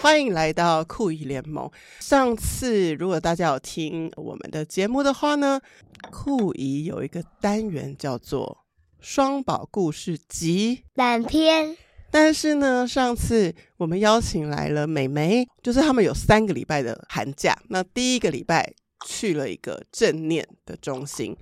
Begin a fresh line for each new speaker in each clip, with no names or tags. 欢迎来到酷艺联盟。上次如果大家有听我们的节目的话呢，酷艺有一个单元叫做“双宝故事集
短片，”，
但是呢，上次我们邀请来了美眉，就是他们有三个礼拜的寒假，那第一个礼拜去了一个正念的中心。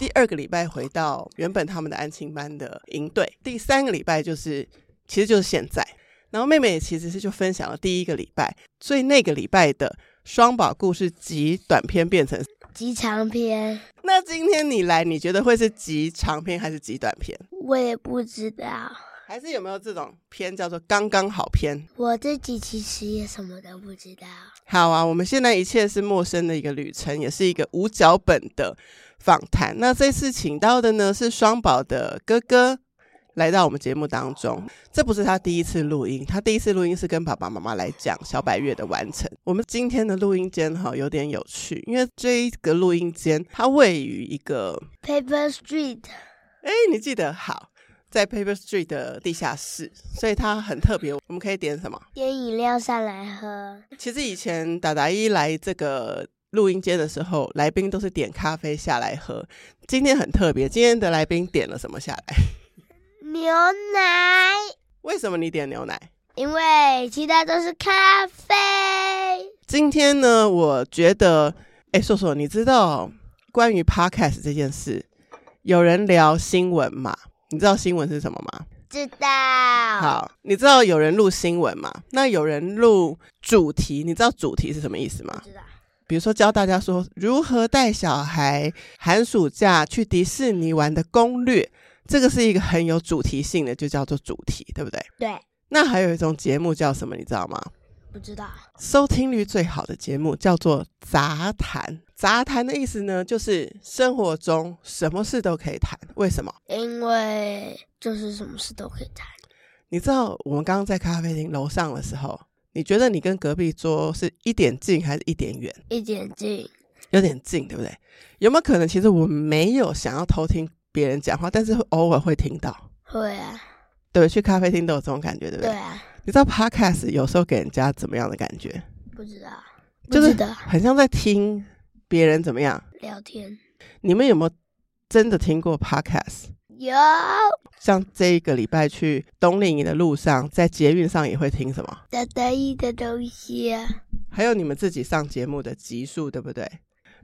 第二个礼拜回到原本他们的安亲班的营队，第三个礼拜就是其实就是现在。然后妹妹也其实是就分享了第一个礼拜，所以那个礼拜的双宝故事集短篇变成。
极长篇，
那今天你来，你觉得会是集长篇还是集短篇？
我也不知道，
还是有没有这种篇叫做刚刚好篇？
我自己其实也什么都不知道。
好啊，我们现在一切是陌生的一个旅程，也是一个无脚本的访谈。那这次请到的呢是双宝的哥哥来到我们节目当中，这不是他第一次录音，他第一次录音是跟爸爸妈妈来讲小百月的完成。我们今天的录音间哈有点有趣，因为这一个录音间它位于一个，
Paper Street
哎，你记得好。在 Paper Street 的地下室，所以它很特别。我们可以点什么？
点饮料上来喝，
其实以前达达一来这个录音间的时候，来宾都是点咖啡下来喝。今天很特别，今天的来宾点了什么下来？
牛奶，
为什么你点牛奶？
因为其他都是咖啡。
今天呢，我觉得，哎，硕硕，你知道关于 podcast 这件事，有人聊新闻嘛？你知道新闻是什么吗？
知道，
好，你知道有人录新闻嘛？那有人录主题，你知道主题是什么意思吗
不？知道，
比如说教大家说如何带小孩寒暑假去迪士尼玩的攻略，这个是一个很有主题性的，就叫做主题，对不对？
对，
那还有一种节目叫什么，你知道吗？
不知道，
收听率最好的节目叫做杂谈。杂谈的意思呢，就是生活中什么事都可以谈。为什么？
因为就是什么事都可以谈。
你知道我们刚刚在咖啡厅楼上的时候，你觉得你跟隔壁桌是一点近还是一点远？
一点进，
有点近，对不对？有没有可能，其实我没有想要偷听别人讲话，但是会偶尔会听到，
会啊，
对不对？去咖啡厅都有这种感觉，对不
对
对？
啊，
你知道 podcast 有时候给人家怎么样的感觉？
不知道，不
就是
知道
很像在听别人怎么样。
聊天
你们有没有真的听过 podcast？
有
像这一个礼拜去冬令营的路上，在捷运上也会听什么？
的得意的东西啊、
还有你们自己上节目的集数，对不对？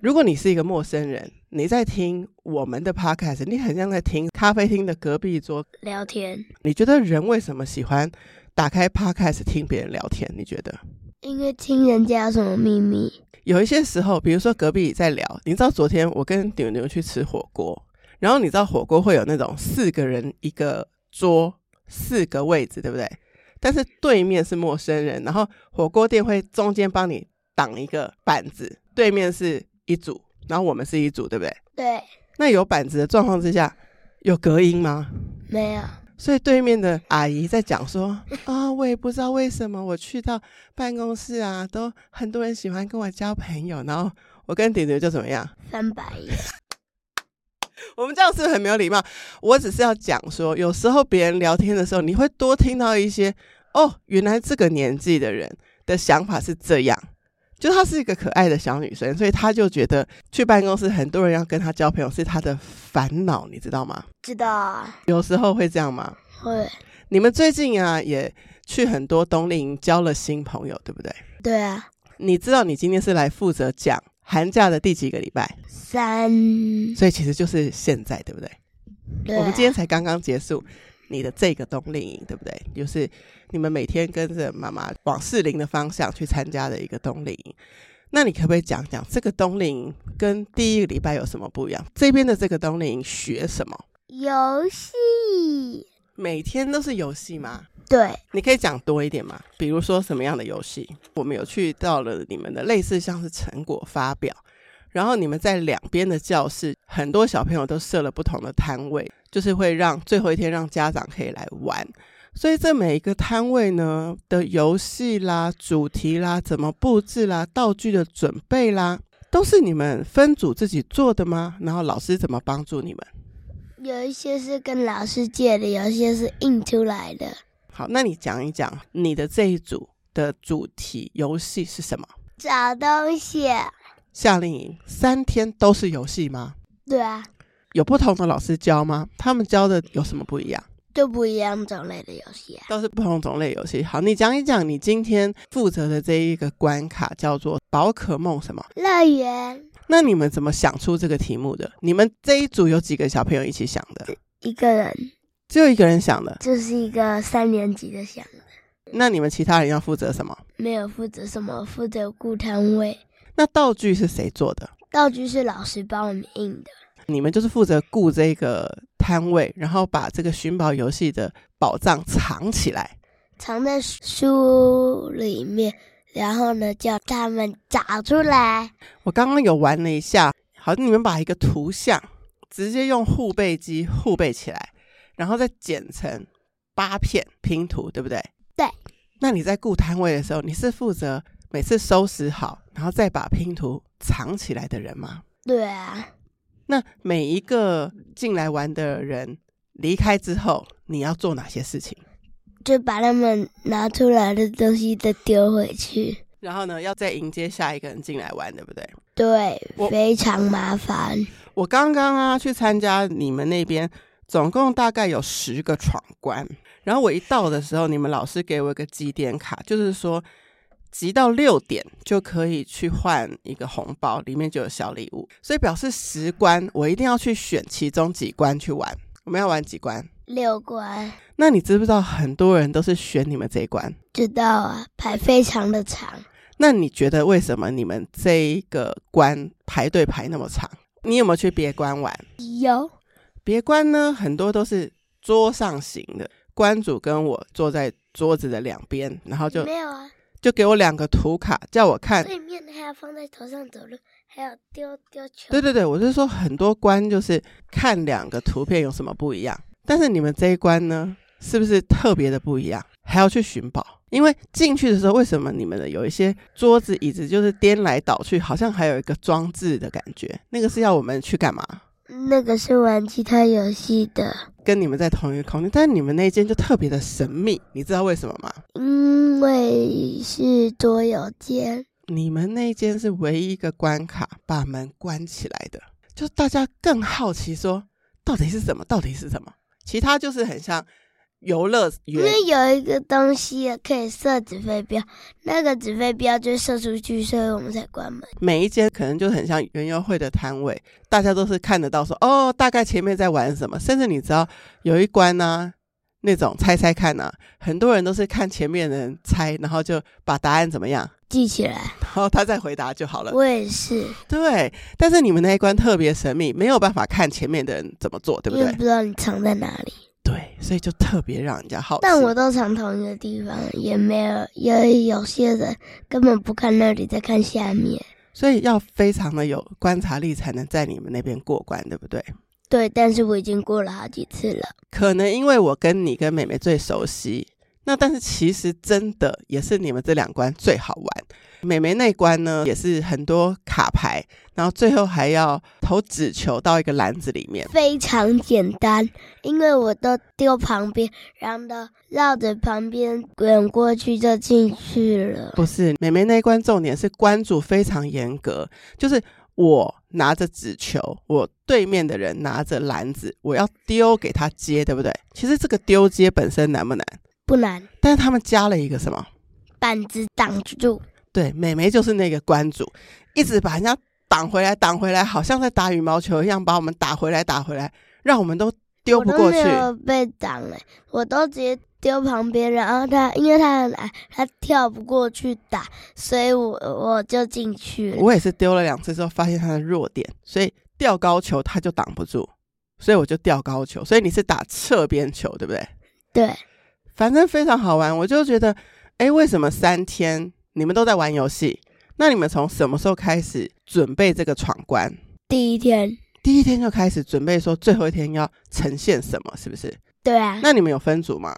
如果你是一个陌生人，你在听我们的 podcast，你很像在听咖啡厅的隔壁桌
聊天，
你觉得人为什么喜欢打开 podcast 听别人聊天？你觉得
因为听人家有什么秘密，
有一些时候，比如说隔壁在聊，你知道昨天我跟牛牛去吃火锅，然后你知道火锅会有那种四个人一个桌四个位置，对不对？但是对面是陌生人，然后火锅店会中间帮你挡一个板子，对面是一组，然后我们是一组，对不对？
对，
那有板子的状况之下，有隔音吗？
没有，
所以对面的阿姨在讲说啊，我也不知道为什么，我去到办公室啊，都很多人喜欢跟我交朋友，然后我跟顶顶就怎么样？
翻白眼，
我们这样是不是很没有礼貌？我只是要讲说，有时候别人聊天的时候，你会多听到一些哦，原来这个年纪的人的想法是这样。就她是一个可爱的小女生，所以她就觉得去办公室很多人要跟她交朋友是她的烦恼，你知道吗？
知道啊，
有时候会这样吗？
会，
你们最近啊，也去很多冬令营，交了新朋友，对不对？
对啊，
你知道你今天是来负责讲寒假的第几个礼拜，
三，
所以其实就是现在，对不对？
嗯对啊
我们今天才刚刚结束你的这个冬令营，对不对？就是你们每天跟着妈妈往适龄的方向去参加的一个冬令营。那你可不可以讲讲这个冬令营跟第一个礼拜有什么不一样？这边的这个冬令营学什么？
游戏，
每天都是游戏吗？
对，
你可以讲多一点吗？比如说什么样的游戏？我们有去到了你们的类似像是成果发表，然后你们在两边的教室，很多小朋友都设了不同的摊位，就是会让最后一天让家长可以来玩。所以这每一个摊位呢的游戏啦、主题啦、怎么布置啦、道具的准备啦，都是你们分组自己做的吗？然后老师怎么帮助你们？
有一些是跟老师借的，有一些是印出来的。
好，那你讲一讲你的这一组的主题游戏是什么？
找东西，
夏令营三天都是游戏吗？
对啊，
有不同的老师教吗？他们教的有什么不一样？
就不一样种类的游戏、啊。
都是不同种类游戏。好，你讲一讲你今天负责的这一个关卡叫做宝可梦什么？
乐园，
那你们怎么想出这个题目的？你们这一组有几个小朋友一起想的？
一个人，
只有一个人想的。
这是一个三年级的想的，
那你们其他人要负责什么？
没有负责什么，负责顾摊位。
那道具是谁做的？
道具是老师帮我们印的，
你们就是负责顾这个摊位，然后把这个寻宝游戏的宝藏藏起来。
藏在书里面，然后呢，叫他们找出来。
我刚刚有玩了一下，好，你们把一个图像直接用护背机护背起来，然后再剪成八片拼图，对不对？
对。
那你在顾摊位的时候，你是负责每次收拾好，然后再把拼图藏起来的人吗？
对啊，
那每一个进来玩的人离开之后，你要做哪些事情？
就把他们拿出来的东西再丢回去。
然后呢，要再迎接下一个人进来玩，对不对？
对
我，
非常麻烦。
我刚刚啊去参加你们那边，总共大概有十个闯关。然后我一到的时候，你们老师给我一个几点卡，就是说集到六点就可以去换一个红包，里面就有小礼物。所以表示十关，我一定要去选其中几关去玩。我们要玩几关？
六关，
那你知不知道很多人都是选你们这一关？
知道啊，排非常的长。
那你觉得为什么你们这一个关排队排那么长？你有没有去别关玩？
有，
别关呢，很多都是桌上型的，关主跟我坐在桌子的两边，然后就
没有啊？
就给我两个图卡，叫我看。
对面还要放在头上走路，还要丢丢球。
对对对，我是说很多关就是看两个图片有什么不一样，但是你们这一关呢，是不是特别的不一样？还要去寻宝，因为进去的时候，为什么你们的有一些桌子椅子就是颠来倒去，好像还有一个装置的感觉？那个是要我们去干嘛？
那个是玩其他游戏的，
跟你们在同一个空间，但是你们那间就特别的神秘，你知道为什么吗？
因为是桌游间。
你们那一间是唯一一个关卡把门关起来的，就大家更好奇说到底是什么，到底是什么？其他就是很像游乐
因
园
为有一个东西可以射纸飞镖，那个纸飞镖就射出去，所以我们才关门。
每一间可能就很像园游会的摊位，大家都是看得到说哦，大概前面在玩什么，甚至你知道有一关呢、那种猜猜看呢、啊很多人都是看前面的人猜，然后就把答案怎么样，
记起来，
然后他再回答就好了。
我也是，
对，但是你们那一关特别神秘，没有办法看前面的人怎么做，对不
因为
对
不？知道你藏在哪里。
对，所以就特别让人家好奇。
但我都藏同一个地方，也没有，也有些人根本不看那里，在看下面。
所以要非常的有观察力，才能在你们那边过关，对不对？
对，但是我已经过了好几次了。
可能因为我跟你跟妹妹最熟悉，那但是其实真的也是你们这两关最好玩。妹妹那关呢，也是很多卡牌，然后最后还要投纸球到一个篮子里面。
非常简单，因为我都丢旁边，然后都绕着旁边滚过去就进去了。
不是，妹妹那一关重点是关主非常严格，就是我拿着纸球，我对面的人拿着篮子，我要丢给他接，对不对？其实这个丢接本身难不难？
不难，
但是他们加了一个什么？
板子挡住，
对，妹妹就是那个关主，一直把人家挡回来，挡回来，好像在打羽毛球一样，把我们打回来，打回来，让我们都丢不过去
我。都没有被挡了，我都直接丢旁边，然后他因为他很矮，他跳不过去打，所以我我就进去了。
我也是丢了两次之后，发现他的弱点，所以吊高球他就挡不住，所以我就吊高球。所以你是打侧边球，对不对？
对，
反正非常好玩，我就觉得，哎，为什么三天你们都在玩游戏？那你们从什么时候开始准备这个闯关？
第一天，
第一天就开始准备，说最后一天要呈现什么，是不是？
对啊，
那你们有分组吗？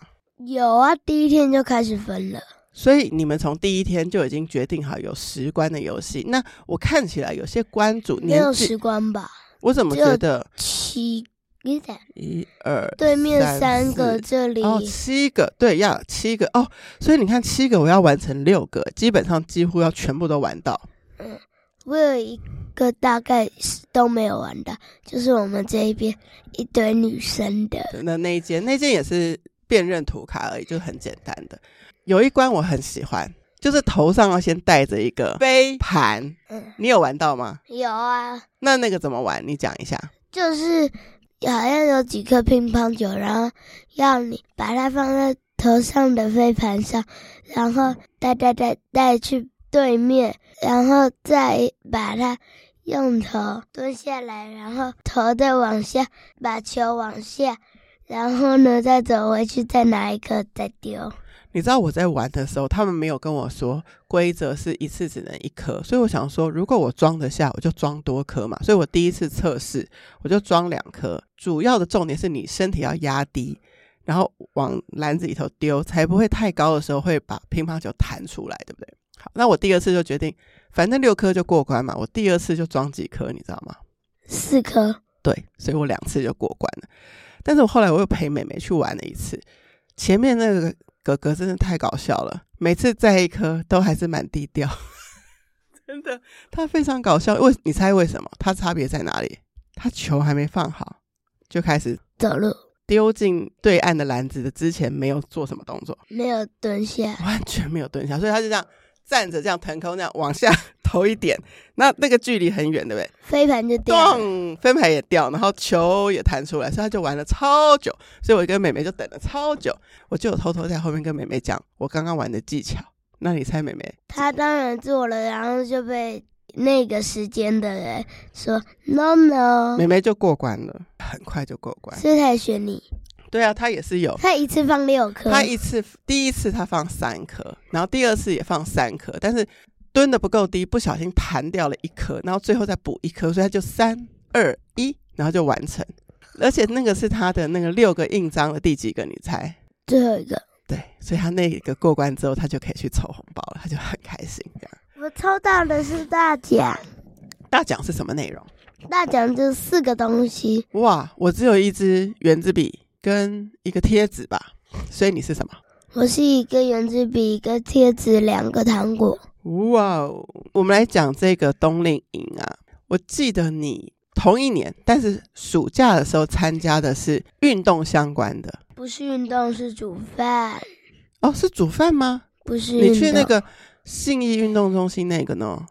有啊，第一天就开始分了。
所以你们从第一天就已经决定好有十关的游戏。那我看起来有些关主
没有
年纪，
时光吧？
我怎么
只有
觉得
七你打
一二，
对面
三
三个，
四
这里、
哦，七个，对，要有七个哦。所以你看，七个我要完成六个，基本上几乎要全部都玩到。
我有一个大概是都没有玩的，就是我们这一边一堆女生的，
那那一间，那间也是辨认图卡而已，就是很简单的。有一关我很喜欢，就是头上要先戴着一个飞盘，
嗯，
你有玩到吗？
有啊，
那那个怎么玩？你讲一下。
就是好像有几颗乒乓球，然后要你把它放在头上的飞盘上，然后带带带带去对面，然后再把它用头蹲下来，然后头再往下，把球往下，然后呢再走回去，再拿一颗再丢。
你知道我在玩的时候，他们没有跟我说规则是一次只能一颗，所以我想说，如果我装得下，我就装多颗嘛。所以我第一次测试，我就装两颗。主要的重点是你身体要压低，然后往篮子里头丢，才不会太高的时候会把乒乓球弹出来，对不对？好，那我第二次就决定，反正六颗就过关嘛。我第二次就装几颗，你知道吗？
四颗，
对，所以我两次就过关了。但是我后来我又陪妹妹去玩了一次，前面那个哥哥真的太搞笑了，每次在一颗都还是蛮低调， 真的，他非常搞笑。为你猜为什么？他差别在哪里？他球还没放好，就开始
走路
丢进对岸的篮子的之前没有做什么动作，
没有蹲下，
完全没有蹲下，所以他就这样站着，这样腾空，这样往下 投一点，那那个距离很远，对不对？
飞盘就掉了。
咚，飞盘也掉，然后球也弹出来，所以他就玩了超久。所以我跟妹妹就等了超久，我就有偷偷在后面跟妹妹讲我刚刚玩的技巧。那你猜妹妹？
他当然做了，然后就被那个时间的人说 no no，
妹妹就过关了，很快就过关。
所以他也选你。
对啊，她也是有，
他一次放六颗，
她一次第一次她放三颗，然后第二次也放三颗，但是蹲的不够低，不小心弹掉了一颗，然后最后再补一颗，所以她就三二一，然后就完成。而且那个是她的那个六个印章的第几个？你猜？
最后一个。
对，所以他那个过关之后，他就可以去抽红包了，他就很开心。这样
我抽到的是大奖，
大奖是什么内容？
大奖就四个东西，
哇，我只有一支圆珠笔跟一个贴纸吧，所以你是什么？
我是一个圆珠笔，一个贴纸，两个糖果。
哇哦！我们来讲这个冬令营啊，我记得你同一年，但是暑假的时候参加的是运动相关的
不是运动是煮饭，
哦，是煮饭吗？
不是运
你
动。
去那个信义运动中心那个呢？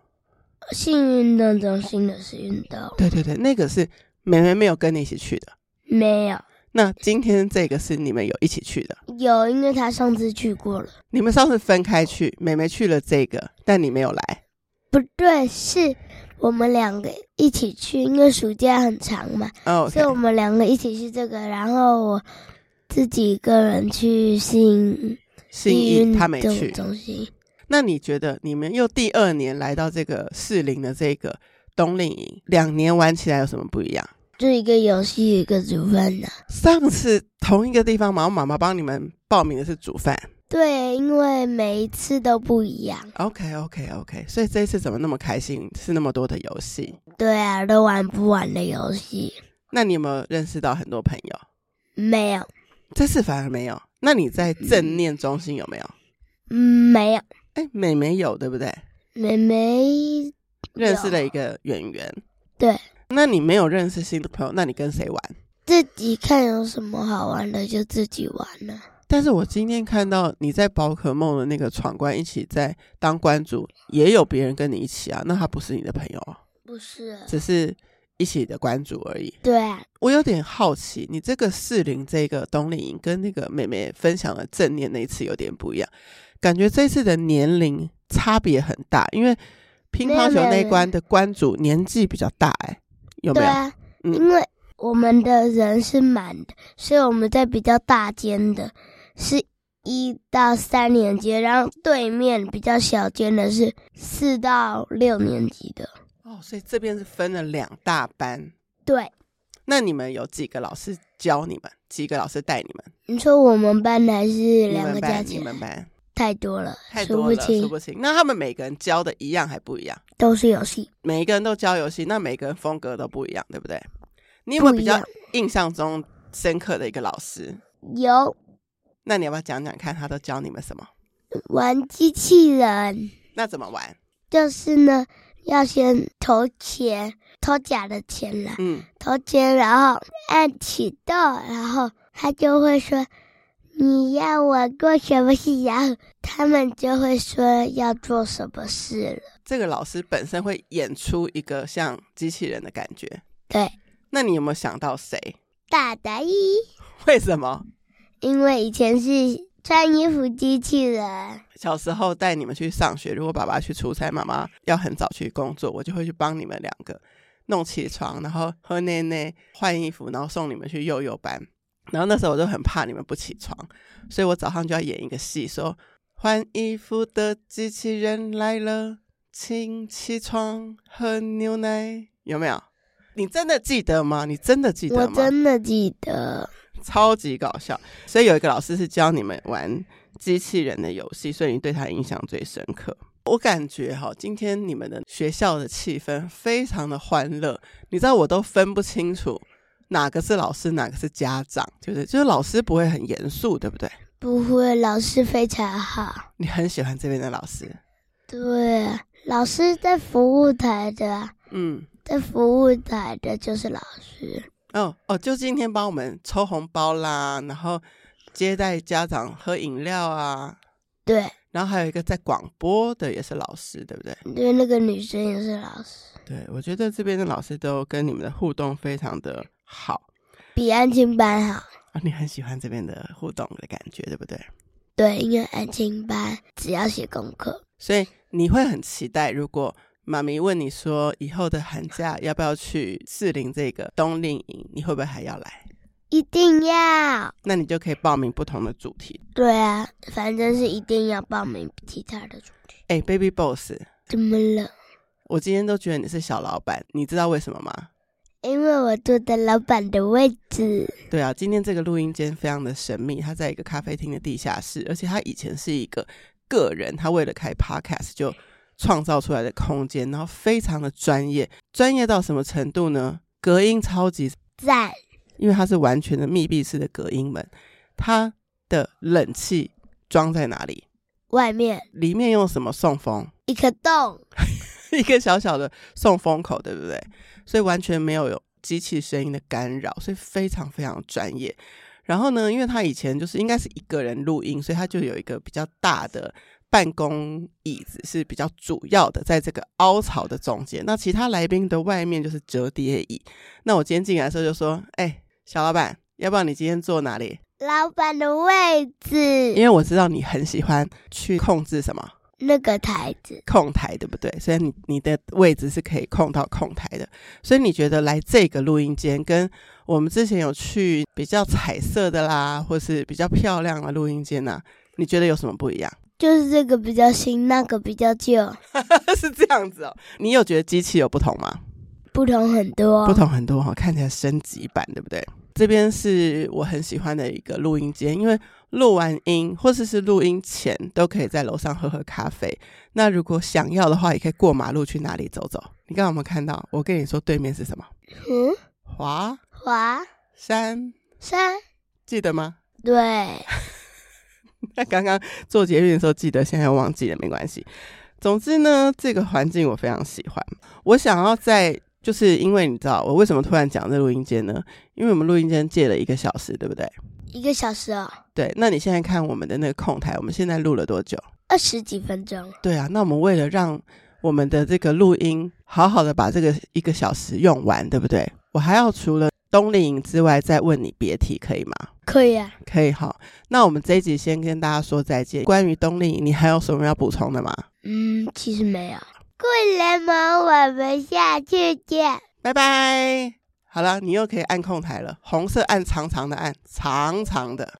性运动中心的是运动，
对对对，那个是美美没有跟你一起去的。
没有
那今天这个是你们有一起去的。
有，因为他上次去过了。
你们上次分开去，妹妹去了这个，但你没有来。
不对，是我们两个一起去，因为暑假很长嘛，
哦、
所以我们两个一起去这个，然后我自己一个人去新
信
运
义他没
动
去。
中心。
那你觉得你们又第二年来到这个士林的这个冬令营，两年玩起来有什么不一样？
就一个游戏，一个煮饭的。
上次同一个地方，毛妈妈帮你们报名的是煮饭。
对，因为每一次都不一样。
OK OK OK，所以这一次怎么那么开心？是那么多的游戏？
对啊，都玩不完的游戏。
那你有没有认识到很多朋友？
没有，
这次反而没有。那你在正念中心有没有？
嗯，没有，
哎，妹妹有对不对？
妹妹
认识了一个演员。
对，
那你没有认识新的朋友，那你跟谁玩？
自己看有什么好玩的就自己玩啊了。
但是我今天看到你在宝可梦的那个闯关一起在当关主，也有别人跟你一起啊，那他不是你的朋友啊，
不是？
只是一起的关主而已。
对啊，
我有点好奇，你这个适龄这个冬令营跟那个妹妹分享的正念那一次有点不一样，感觉这次的年龄差别很大，因为乒乓球
没有没有
那一关的关主年纪比较大、哎，有没
对
有？
啊，
嗯
因为我们的人是满的，所以我们在比较大间的是一到三年级，然后对面比较小间的是四到六年级的。
哦，所以这边是分了两大班。
对，
那你们有几个老师教你们？几个老师带你们？
你说我们班的还是
你
两
们
个加
班，
起
你
来
们班
太多了，
太
数
多
不
了，数
清，
不清。那他们每个人教的一样还不一样？
都是游戏。
每一个人都教游戏，那每个人风格都不一样，对不对？你有没有
不
比
一
较
样
印象中深刻的一个老师？
有
那你要不要讲讲看，他都教你们什么？
玩机器人，
那怎么玩？
就是呢，要先投钱，投假的钱啦，
嗯，
投钱，然后按启动，然后他就会说你要我做什么事，然后他们就会说要做什么事了。
这个老师本身会演出一个像机器人的感觉。
对，
那你有没有想到谁？
大大一，
为什么
因为以前是穿衣服机器人，
小时候带你们去上学，如果爸爸去出差，妈妈要很早去工作，我就会去帮你们两个弄起床，然后喝奶奶、换衣服，然后送你们去幼幼班。然后那时候我就很怕你们不起床，所以我早上就要演一个戏，说换衣服的机器人来了，请起床喝牛奶，有没有？你真的记得吗？你真的记得
我
吗？
真的记得。
超级搞笑。所以有一个老师是教你们玩机器人的游戏，所以你对他印象最深刻。我感觉哈，今天你们的学校的气氛非常的欢乐，你知道我都分不清楚哪个是老师，哪个是家长，就是就是老师不会很严肃，对不对？
不会，老师非常好。
你很喜欢这边的老师，
对，老师在服务台的，
嗯，
在服务台的就是老师。
哦哦，就今天帮我们抽红包啦，然后接待家长喝饮料啊，
对，
然后还有一个在广播的也是老师，对不对？
对，那个女生也是老师，
对，我觉得这边的老师都跟你们的互动非常的好
比安亲班好。
啊，你很喜欢这边的互动的感觉，对不对？
对，因为安亲班只要写功课，
所以你会很期待，如果妈咪问你说以后的寒假要不要去士林这个冬令营，你会不会还要来？
一定要。
那你就可以报名不同的主题。
对啊，反正是一定要报名其他的组。
哎，Baby Boss，
怎么了？
我今天都觉得你是小老板，你知道为什么吗？
因为我坐在老板的位置。
对啊，今天这个录音间非常的神秘，它在一个咖啡厅的地下室，而且它以前是一个个人，他为了开 podcast 就创造出来的空间，然后非常的专业，专业到什么程度呢？隔音超级，
赞，
因为它是完全的密闭式的隔音门，它的冷气装在哪里？
外面
里面用什么送风？
一个洞，
一个小小的送风口，对不对？所以完全没有有机器声音的干扰，所以非常非常专业。然后呢，因为他以前就是应该是一个人录音，所以他就有一个比较大的办公椅子是比较主要的，在这个凹槽的中间。那其他来宾的外面就是折叠椅。那我今天进来的时候就说：“哎，小老板，要不然你今天坐哪里？
老板的位置。
因为我知道你很喜欢去控制什么
那个台子，
控台，对不对？所以你你的位置是可以控到控台的。所以你觉得来这个录音间，跟我们之前有去比较彩色的啦，或是比较漂亮的录音间呐、你觉得有什么不一样？
就是这个比较新，那个比较旧，
是这样子哦。你有觉得机器有不同吗？
不同很多。
不同很多哈、看起来升级版，对不对？这边是我很喜欢的一个录音间，因为录完音或者是录音前都可以在楼上喝喝咖啡。那如果想要的话，也可以过马路去哪里走走。你刚刚有没有看到？我跟你说，对面是什么？
嗯，
华
华
山，
山
记得吗？
对，
那刚刚做捷运的时候记得，现在又忘记了，没关系。总之呢，这个环境我非常喜欢。我想要在，就是因为你知道我为什么突然讲这录音间呢？因为我们录音间借了一个小时，对不对？
一个小时哦，
对，那你现在看我们的那个控台，我们现在录了多久？
二十几分钟，
对啊，那我们为了让我们的这个录音好好的把这个一个小时用完，对不对？我还要除了冬令营之外，再问你别题，可以吗？
可以啊。
可以好，那我们这一集先跟大家说再见。关于冬令营，你还有什么要补充的吗？
嗯，其实没有。贵联盟，我们下次见，
拜拜。好了，你又可以按控台了，红色按长长的按，长长的。